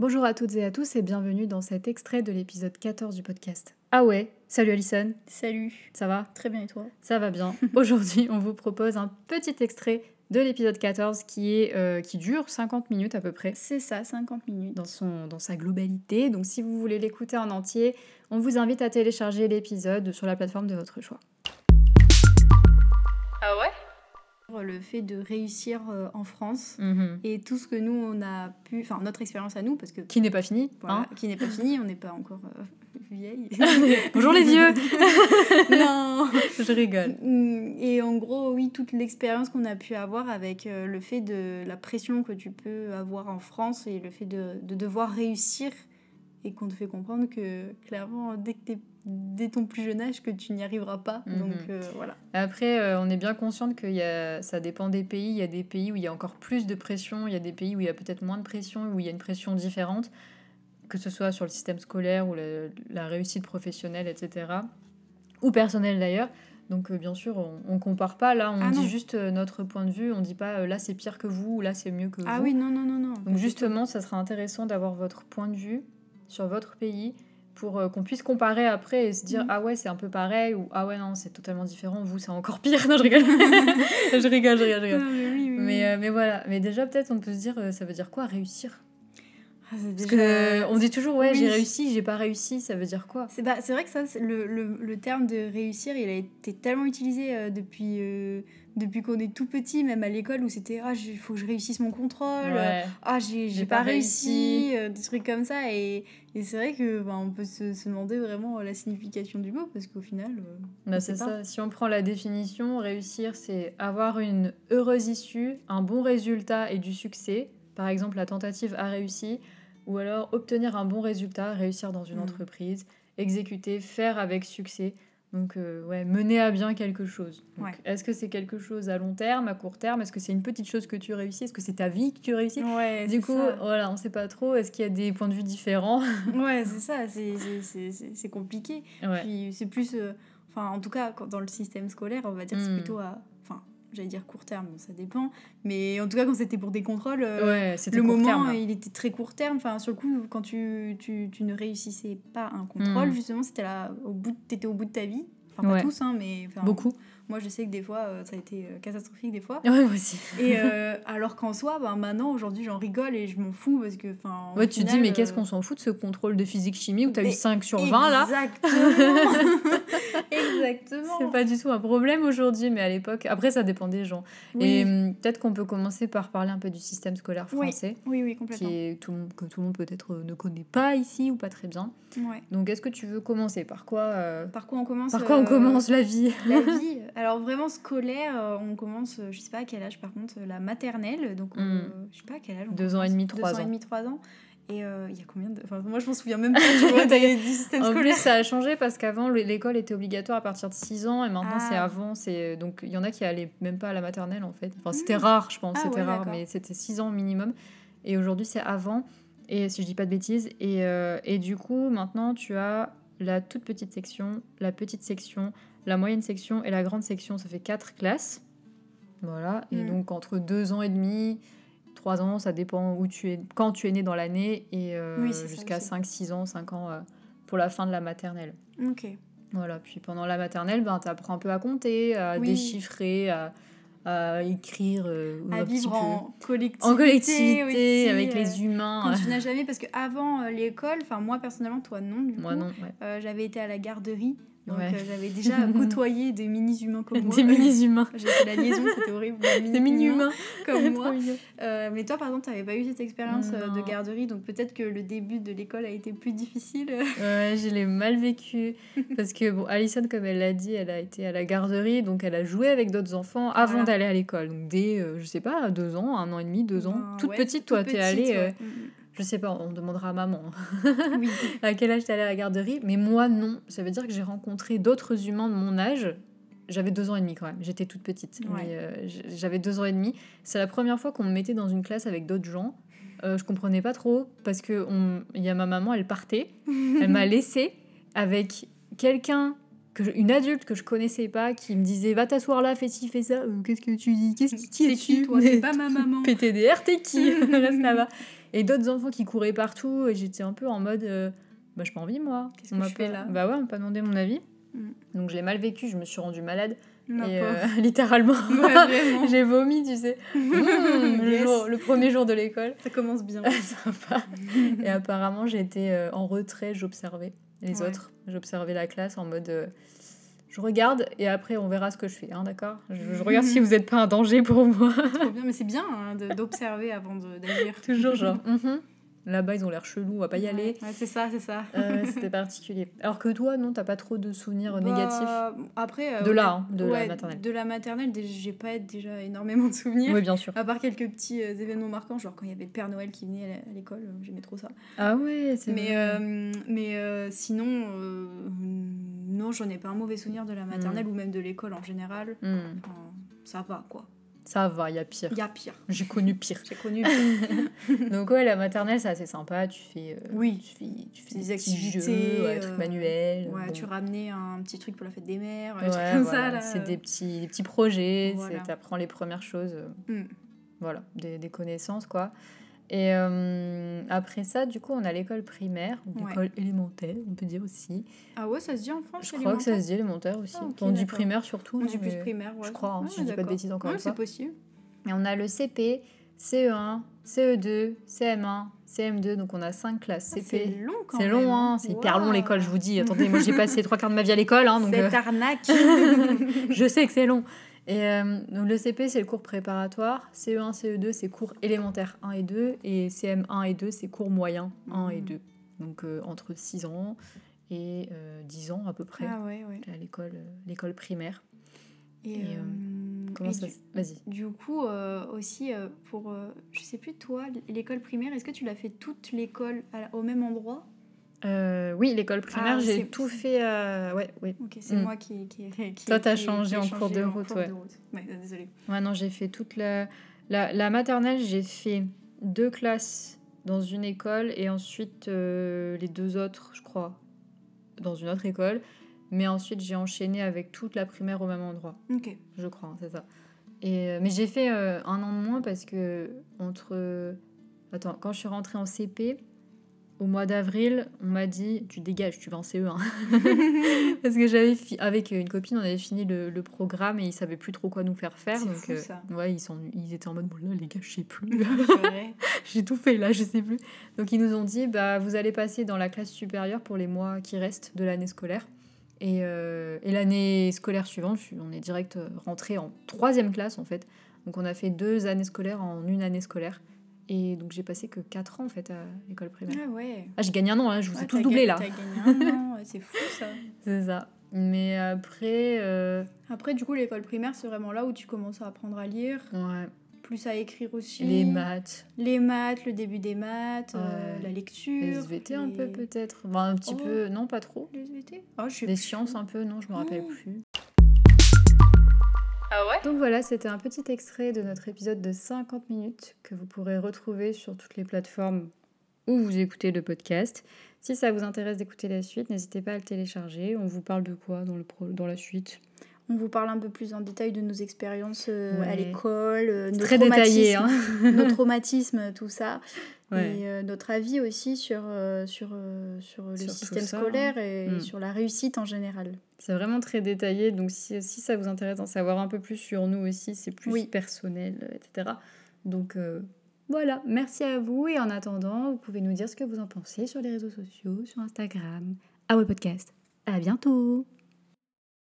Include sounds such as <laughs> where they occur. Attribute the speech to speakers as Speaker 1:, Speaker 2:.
Speaker 1: Bonjour à toutes et à tous et bienvenue dans cet extrait de l'épisode 14 du podcast. Ah ouais, salut Alison,
Speaker 2: Salut,
Speaker 1: ça va
Speaker 2: très bien et toi
Speaker 1: Ça va bien. Aujourd'hui, on vous propose un petit extrait de l'épisode 14 qui, est, euh, qui dure 50 minutes à peu près
Speaker 2: C'est ça, 50 minutes.
Speaker 1: dans, son, dans sa globalité. Donc si vous voulez l'écouter en entier, on vous invite à télécharger l'épisode sur la plateforme de votre choix. Ah ouais
Speaker 2: euh, Le fait de réussir euh, en France et tout ce que nous on a pu, enfin notre expérience à nous, parce que
Speaker 1: Qui n'est pas fini.
Speaker 2: voilà, qui n'est pas finie, on n'est pas encore euh, <laughs> vieille.
Speaker 1: hein. <laughs> Bonjour les vieux
Speaker 2: non
Speaker 1: <laughs> Je rigole.
Speaker 2: Mm, <laughs> Et en gros, oui, toute l'expérience qu'on a pu avoir avec euh, le fait de la pression que tu peux avoir en France et le fait de, de devoir réussir et qu'on te fait comprendre que clairement, dès, que t'es- dès ton plus jeune âge, que tu n'y arriveras pas.
Speaker 1: Mhm.
Speaker 2: Donc euh, voilà.
Speaker 1: Après, euh, on est bien consciente que y a- ça dépend des pays. Il y a des pays où il y a encore plus de pression, il y a des pays où il y a peut-être moins de pression, où il y a une pression différente, que ce soit sur le système scolaire ou la, la réussite professionnelle, etc. Ou personnelle d'ailleurs. Donc euh, bien sûr, on, on compare pas là, on
Speaker 2: Ah
Speaker 1: dit
Speaker 2: non.
Speaker 1: juste euh, notre point de vue, on dit pas euh, là c'est pire que vous ou là c'est mieux que
Speaker 2: Ah
Speaker 1: vous.
Speaker 2: oui, non, non, non, non.
Speaker 1: Donc justement, ça sera intéressant d'avoir votre point de vue sur votre pays pour euh, qu'on puisse comparer après et se dire
Speaker 2: Mhm.
Speaker 1: ah ouais c'est un peu pareil ou ah ouais non c'est totalement différent vous c'est encore pire <laughs> non je rigole je rigole je rigole je rigole
Speaker 2: Non, Ah, mais oui, oui, oui.
Speaker 1: mais, euh, mais voilà mais déjà peut-être on peut se dire euh, ça veut dire quoi réussir
Speaker 2: Ah, c'est
Speaker 1: parce
Speaker 2: déjà-
Speaker 1: que euh, on dit toujours ouais j'ai
Speaker 2: oui.
Speaker 1: réussi j'ai pas réussi ça veut dire quoi
Speaker 2: C'est bah, c'est vrai que ça, c'est le, le- le terme de réussir, il a été tellement utilisé euh, depuis, euh, depuis qu'on est tout petit, même à l'école, où c'était Ah, il faut que je réussisse mon contrôle,
Speaker 1: Ouais.
Speaker 2: Ah, j'ai j'ai pas, réussi, euh, des trucs comme ça. Et, et c'est vrai que bah, on peut se, se demander vraiment euh, la signification du mot, parce qu'au final. euh,
Speaker 1: Bah,
Speaker 2: on
Speaker 1: c'est
Speaker 2: sait pas.
Speaker 1: ça. Si on prend la définition, réussir, c'est avoir une heureuse issue, un bon résultat et du succès. Par exemple, la tentative a réussi. Ou alors obtenir un bon résultat, réussir dans une
Speaker 2: Mm.
Speaker 1: entreprise, exécuter, faire avec succès. Donc, euh, ouais, mener à bien quelque chose. Donc,
Speaker 2: Ouais.
Speaker 1: Est-ce que c'est quelque chose à long terme, à court terme Est-ce que c'est une petite chose que tu réussis Est-ce que c'est ta vie que tu réussis
Speaker 2: Ouais,
Speaker 1: Du
Speaker 2: c'est
Speaker 1: coup,
Speaker 2: ça.
Speaker 1: voilà, on sait pas trop. Est-ce qu'il y a des points de vue différents
Speaker 2: <laughs> ouais, c'est ça, c'est- c'est- c'est c'est- c'est compliqué.
Speaker 1: Ouais.
Speaker 2: Puis c'est plus. euh, Enfin, en tout cas, quand- dans le système scolaire, on va dire que c'est
Speaker 1: Hmm.
Speaker 2: plutôt à. Enfin, j'allais dire court terme, bon, ça dépend. Mais en tout cas, quand c'était pour des contrôles, euh,
Speaker 1: Ouais, c'était
Speaker 2: le
Speaker 1: court
Speaker 2: moment,
Speaker 1: terme, là.
Speaker 2: il était très court terme. Enfin, sur le coup, quand tu, tu, tu ne réussissais pas un contrôle,
Speaker 1: Hmm.
Speaker 2: justement, c'était là. Au bout, de- t'étais au bout de ta vie. Enfin,
Speaker 1: Ouais.
Speaker 2: pas tous, hein, mais. enfin,
Speaker 1: Beaucoup.
Speaker 2: Moi, je sais que des fois, euh, ça a été euh, catastrophique, des fois.
Speaker 1: Ouais, moi aussi.
Speaker 2: Et
Speaker 1: <laughs>
Speaker 2: euh, alors qu'en soi, ben, maintenant, aujourd'hui, j'en rigole et je m'en fous parce que. enfin, au
Speaker 1: Ouais, tu te dis,
Speaker 2: final,
Speaker 1: mais qu'est-ce
Speaker 2: euh,
Speaker 1: qu'on s'en fout de ce contrôle de physique chimie où t'as eu
Speaker 2: Mais
Speaker 1: 5 sur 20 là <laughs>
Speaker 2: Exactement. <laughs> Exactement.
Speaker 1: C'est pas du tout un problème aujourd'hui, mais à l'époque, après ça dépend des gens.
Speaker 2: Oui.
Speaker 1: Et hum, peut-être qu'on peut commencer par parler un peu du système scolaire
Speaker 2: Oui,
Speaker 1: français,
Speaker 2: Oui, oui,
Speaker 1: qui
Speaker 2: complètement.
Speaker 1: est tout, le monde- que tout le monde peut-être euh, ne connaît pas ici ou pas très bien.
Speaker 2: Ouais.
Speaker 1: Donc est-ce que tu veux commencer Par quoi, euh,
Speaker 2: Par quoi on commence
Speaker 1: par quoi on
Speaker 2: euh,
Speaker 1: commence la vie <laughs>
Speaker 2: La vie. Alors, vraiment scolaire, euh, on commence, euh, je sais pas à quel âge par contre, euh, la maternelle. Donc, on-
Speaker 1: Mm.
Speaker 2: je sais pas à quel âge. on
Speaker 1: Deux ans
Speaker 2: commence.
Speaker 1: et demi, trois
Speaker 2: Deux
Speaker 1: ans.
Speaker 2: et demi, trois ans. Et euh, il y a combien de. Enfin, moi, je m'en souviens même pas tu
Speaker 1: <laughs>
Speaker 2: vois, des- du système
Speaker 1: En plus,
Speaker 2: scolaire.
Speaker 1: ça a changé parce qu'avant, le- l'école était obligatoire à partir de 6 ans et maintenant
Speaker 2: Ah.
Speaker 1: c'est avant. C'est euh, donc il y en a qui allaient même pas à la maternelle en fait. Enfin, c'était rare, je pense,
Speaker 2: Ah
Speaker 1: c'était
Speaker 2: ouais,
Speaker 1: rare,
Speaker 2: d'accord.
Speaker 1: mais c'était 6 ans minimum. Et aujourd'hui, c'est avant. Et si je dis pas de bêtises. Et, euh, et du coup, maintenant, tu as la toute petite section, la petite section, la moyenne section et la grande section. Ça fait 4 classes. Voilà. Et
Speaker 2: Mm.
Speaker 1: donc entre 2 ans et demi, 3 ans, ça dépend où tu es, quand tu es né dans l'année et euh,
Speaker 2: Oui, c'est ça
Speaker 1: jusqu'à
Speaker 2: aussi.
Speaker 1: 5-6 ans, 5 ans euh, pour la fin de la maternelle.
Speaker 2: Ok.
Speaker 1: Voilà, puis pendant la maternelle, ben, tu apprends un peu à compter, à
Speaker 2: Oui.
Speaker 1: déchiffrer, à, à écrire. euh,
Speaker 2: À
Speaker 1: un petit
Speaker 2: vivre
Speaker 1: peu.
Speaker 2: en collectivité.
Speaker 1: En collectivité,
Speaker 2: aussi,
Speaker 1: avec
Speaker 2: euh,
Speaker 1: les
Speaker 2: Quand
Speaker 1: humains.
Speaker 2: tu n'as jamais, parce que avant euh, l'école, enfin moi personnellement, toi non du
Speaker 1: Moi
Speaker 2: coup,
Speaker 1: non, ouais.
Speaker 2: euh, j'avais été à la garderie, donc
Speaker 1: Ouais. <laughs>
Speaker 2: euh, j'avais déjà côtoyé des mini humains comme moi. euh,
Speaker 1: Des mini-humains.
Speaker 2: J'ai fait la liaison,
Speaker 1: <laughs>
Speaker 2: c'était horrible.
Speaker 1: Des mini-humains
Speaker 2: <laughs> comme
Speaker 1: Trop
Speaker 2: moi.
Speaker 1: mignon.
Speaker 2: Euh, mais toi par exemple, t'avais pas eu cette expérience euh, de
Speaker 1: Non.
Speaker 2: garderie, donc peut-être que le début de l'école a été plus difficile.
Speaker 1: Ouais, je l'ai mal
Speaker 2: <laughs>
Speaker 1: vécu. Parce que, bon, Alison, comme elle l'a dit, elle a été à la garderie, donc elle a joué avec d'autres enfants avant
Speaker 2: Voilà.
Speaker 1: d'aller à l'école. Donc, dès, euh, je sais pas, deux ans, un an et demi, deux ans.
Speaker 2: Ben,
Speaker 1: toute
Speaker 2: ouais,
Speaker 1: petite,
Speaker 2: toute
Speaker 1: toi, t'es
Speaker 2: petite,
Speaker 1: allée. euh,
Speaker 2: ouais.
Speaker 1: je sais pas, on demandera à maman. hein.
Speaker 2: Mm, mm. Oui.
Speaker 1: <laughs> à quel âge t'es allée à la garderie, mais moi non. Ça veut dire que j'ai rencontré d'autres humains de mon âge. J'avais deux ans et demi quand même, j'étais toute petite,
Speaker 2: Ouais.
Speaker 1: mais euh, j- j'avais deux ans et demi. C'est la première fois qu'on me mettait dans une classe avec d'autres gens. Euh, je comprenais pas trop parce que on- il y a ma maman, elle
Speaker 2: <laughs>
Speaker 1: partait, elle m'a laissée avec quelqu'un, que je- une adulte que je connaissais pas, qui me disait va t'asseoir là, fais ci, fais ça, Euh, qu'est-ce que tu dis, qu'est-ce qui, qui <laughs>
Speaker 2: T'es
Speaker 1: es-tu
Speaker 2: qui toi T'es pas ma maman. <laughs>
Speaker 1: PTDR, t'es qui Reste là-bas. Et d'autres enfants qui couraient partout, et j'étais un peu en mode, euh, bah, j'ai pas envie, moi.
Speaker 2: Qu'est-ce
Speaker 1: On
Speaker 2: que
Speaker 1: m'a
Speaker 2: je fais
Speaker 1: pas-
Speaker 2: là
Speaker 1: Bah ouais, on m'a pas demandé mon avis.
Speaker 2: Mm.
Speaker 1: Donc je l'ai mal vécu, je me suis rendue malade.
Speaker 2: Non,
Speaker 1: et,
Speaker 2: pas. <laughs>
Speaker 1: euh, <laughs> littéralement,
Speaker 2: Ouais, vraiment.
Speaker 1: <laughs> j'ai vomi, tu
Speaker 2: <laughs>
Speaker 1: sais. Mm, le
Speaker 2: Yes.
Speaker 1: jour- le premier jour de
Speaker 2: <laughs>
Speaker 1: l'école.
Speaker 2: Ça
Speaker 1: <laughs>
Speaker 2: commence bien.
Speaker 1: Sympa. Et apparemment, j'étais euh, en retrait, j'observais les
Speaker 2: Ouais.
Speaker 1: autres. J'observais la classe en mode euh, je regarde et après on verra ce que je fais, hein, d'accord je,
Speaker 2: <laughs>
Speaker 1: je regarde si vous n'êtes pas un danger pour moi.
Speaker 2: <laughs>
Speaker 1: <laughs>
Speaker 2: Trop bien, mais c'est bien hein, de- d'observer avant de- d'agir.
Speaker 1: Toujours
Speaker 2: <laughs>
Speaker 1: genre Mhm. là-bas ils ont l'air chelous, on va pas y
Speaker 2: Ouais.
Speaker 1: aller.
Speaker 2: Ouais, c'est ça, c'est ça.
Speaker 1: Euh, C'était particulier. Alors que toi, non, t'as pas trop de souvenirs euh, négatifs
Speaker 2: Bah, Après. euh,
Speaker 1: de là,
Speaker 2: ouais,
Speaker 1: hein, de
Speaker 2: ouais,
Speaker 1: la maternelle.
Speaker 2: De la maternelle, déjà, j'ai pas déjà énormément de souvenirs.
Speaker 1: Oui, bien sûr.
Speaker 2: À part quelques petits euh, événements marquants, genre quand il y avait le Père Noël qui venait à la- à l'école, euh, j'aimais trop ça.
Speaker 1: Ah ouais, c'est
Speaker 2: Mais,
Speaker 1: vrai.
Speaker 2: euh, mais euh, sinon, euh, non, j'en ai pas un mauvais souvenir de la maternelle
Speaker 1: Mm.
Speaker 2: ou même de l'école en général.
Speaker 1: Hmm,
Speaker 2: Enfin, ça va quoi.
Speaker 1: ça va, il y a pire.
Speaker 2: Il y a pire.
Speaker 1: J'ai connu
Speaker 2: <laughs>
Speaker 1: pire. <laughs>
Speaker 2: J'ai connu pire.
Speaker 1: Donc ouais, la maternelle, c'est assez sympa. Tu fais, euh,
Speaker 2: Oui.
Speaker 1: tu fais, tu fais
Speaker 2: Des
Speaker 1: des, activités,
Speaker 2: activités,
Speaker 1: des trucs
Speaker 2: euh,
Speaker 1: manuels.
Speaker 2: Ouais,
Speaker 1: bon.
Speaker 2: tu ramenais un petit truc pour la fête des mères, un
Speaker 1: Ouais,
Speaker 2: truc comme ça
Speaker 1: voilà,
Speaker 2: là.
Speaker 1: C'est des petits, des petits projets,
Speaker 2: Voilà.
Speaker 1: tu apprends les premières choses, euh,
Speaker 2: Mm.
Speaker 1: voilà, des, des connaissances quoi. Et euh, après ça, du coup, on a l'école primaire, ou
Speaker 2: Ouais.
Speaker 1: l'école élémentaire, on peut dire aussi.
Speaker 2: Ah ouais, ça se dit en France
Speaker 1: Je crois que ça se dit élémentaire aussi.
Speaker 2: Ah, ok,
Speaker 1: on dit
Speaker 2: d'accord.
Speaker 1: primaire surtout.
Speaker 2: On dit
Speaker 1: mais-
Speaker 2: plus primaire, ouais.
Speaker 1: je crois, hein,
Speaker 2: Ouais,
Speaker 1: si je dis pas de
Speaker 2: d'accord.
Speaker 1: bêtises encore
Speaker 2: Ouais,
Speaker 1: une
Speaker 2: c'est
Speaker 1: fois.
Speaker 2: possible.
Speaker 1: Et on a le CP, CE1, CE2, CM1, CM2, donc on a cinq classes.
Speaker 2: Ah,
Speaker 1: CP,
Speaker 2: long quand
Speaker 1: c'est
Speaker 2: même.
Speaker 1: long, hein, c'est hyper long
Speaker 2: Waouh.
Speaker 1: l'école, je vous dis. Attendez, moi j'ai
Speaker 2: <laughs>
Speaker 1: passé trois quarts de ma vie à l'école, hein, donc euh,
Speaker 2: Cette arnaque.
Speaker 1: <laughs>
Speaker 2: <laughs>
Speaker 1: je sais que c'est long. Et euh, donc le CP, c'est le cours préparatoire. E CE1, CE2, c'est cours élémentaire 1 et 2. Et CM1 et 2, c'est cours moyen 1 et
Speaker 2: Mhm.
Speaker 1: 2. Donc euh, entre 6 ans et euh, 10 ans à peu près,
Speaker 2: ah ouais, ouais.
Speaker 1: à l'école euh, l'école primaire.
Speaker 2: Et,
Speaker 1: Et, euh,
Speaker 2: euh,
Speaker 1: Comment
Speaker 2: et
Speaker 1: ça
Speaker 2: du,
Speaker 1: se- Vas-y.
Speaker 2: du coup, euh, aussi, euh, pour. euh, je sais plus, toi, l'école primaire, est-ce que tu l'as fait toute l'école à la- au même endroit
Speaker 1: Euh, oui, l'école primaire,
Speaker 2: Ah,
Speaker 1: j'ai
Speaker 2: c'est-
Speaker 1: tout fait. euh, Ouais, oui.
Speaker 2: Ok, c'est
Speaker 1: Mm.
Speaker 2: moi qui. qui, qui-
Speaker 1: Toi, t'as
Speaker 2: qui-
Speaker 1: changé
Speaker 2: qui ai
Speaker 1: en cours de route,
Speaker 2: cours
Speaker 1: ouais.
Speaker 2: Ouais, euh, désolée.
Speaker 1: <laughs> Ouais, non, j'ai fait toute la... La, la maternelle, j'ai fait deux classes dans une école et ensuite euh, les deux autres, je crois, dans une autre école. Mais ensuite, j'ai enchaîné avec toute la primaire au même endroit, <laughs>
Speaker 2: Ok.
Speaker 1: je crois, hein, c'est ça. Et, euh, mais j'ai fait euh, un an de moins parce que entre... Attends, quand je suis rentrée en CP, au mois d'avril, on m'a dit, tu dégages, tu vas en CE1. <laughs> Parce que j'avais fi- avec une copine, on avait fini le, le programme et ils savaient plus trop quoi nous faire faire.
Speaker 2: C'est
Speaker 1: donc
Speaker 2: fou,
Speaker 1: euh,
Speaker 2: ça.
Speaker 1: ouais, ils, sont, ils étaient en mode bon là les gars, je sais plus,
Speaker 2: Purée.
Speaker 1: <laughs> j'ai tout fait là, je sais plus. Donc ils nous ont dit bah vous allez passer dans la classe supérieure pour les mois qui restent de l'année scolaire. Et, euh, et l'année scolaire suivante, je suis- on est direct euh, rentré en troisième classe en fait. Donc on a fait deux années scolaires en une année scolaire. Et donc j'ai passé que 4 ans en fait à l'école primaire.
Speaker 2: Ah ouais.
Speaker 1: Ah j'ai gagné un an, hein, je vous
Speaker 2: Ouais,
Speaker 1: ai tous
Speaker 2: t'as
Speaker 1: doublé
Speaker 2: gagné-
Speaker 1: là.
Speaker 2: T'as gagné un an, ouais, c'est fou ça.
Speaker 1: C'est ça. Mais après... euh,
Speaker 2: Après, du coup, l'école primaire, c'est vraiment là où tu commences à apprendre à lire,
Speaker 1: ouais.
Speaker 2: plus à écrire aussi.
Speaker 1: Les maths,
Speaker 2: Les maths, le début des maths, euh,
Speaker 1: Ouais.
Speaker 2: la lecture.
Speaker 1: les SVT un peu
Speaker 2: les-
Speaker 1: peut-être, Enfin, un petit
Speaker 2: Oh.
Speaker 1: peu, non pas trop.
Speaker 2: Les SVT Ah, je sais
Speaker 1: Les
Speaker 2: plus.
Speaker 1: sciences un peu, non je me rappelle
Speaker 2: Oh.
Speaker 1: plus.
Speaker 3: Mmh. Ah ouais
Speaker 1: Donc voilà, c'était un petit extrait de notre épisode de 50 minutes que vous pourrez retrouver sur toutes les plateformes où vous écoutez le podcast. Si ça vous intéresse d'écouter la suite, n'hésitez pas à le télécharger. On vous parle de quoi dans, le pro- dans la suite
Speaker 2: On vous parle un peu plus en détail de nos expériences euh,
Speaker 1: Ouais.
Speaker 2: à l'école, euh,
Speaker 1: C'est
Speaker 2: nos
Speaker 1: Très détaillé, hein
Speaker 2: traumatismes-
Speaker 1: <laughs>
Speaker 2: <laughs> nos traumatismes, tout ça.
Speaker 1: Ouais.
Speaker 2: Et euh, notre avis aussi sur, euh, sur, euh, sur le
Speaker 1: Sur tout
Speaker 2: système
Speaker 1: ça,
Speaker 2: scolaire et
Speaker 1: Mm.
Speaker 2: sur la réussite en général.
Speaker 1: C'est vraiment très détaillé, donc si, si ça vous intéresse d'en savoir un peu plus sur nous aussi, c'est plus
Speaker 2: Oui.
Speaker 1: personnel, euh, etc. Donc euh, voilà, merci à vous et en attendant, vous pouvez nous dire ce que vous en pensez sur les réseaux sociaux, sur Instagram, à Podcast. À bientôt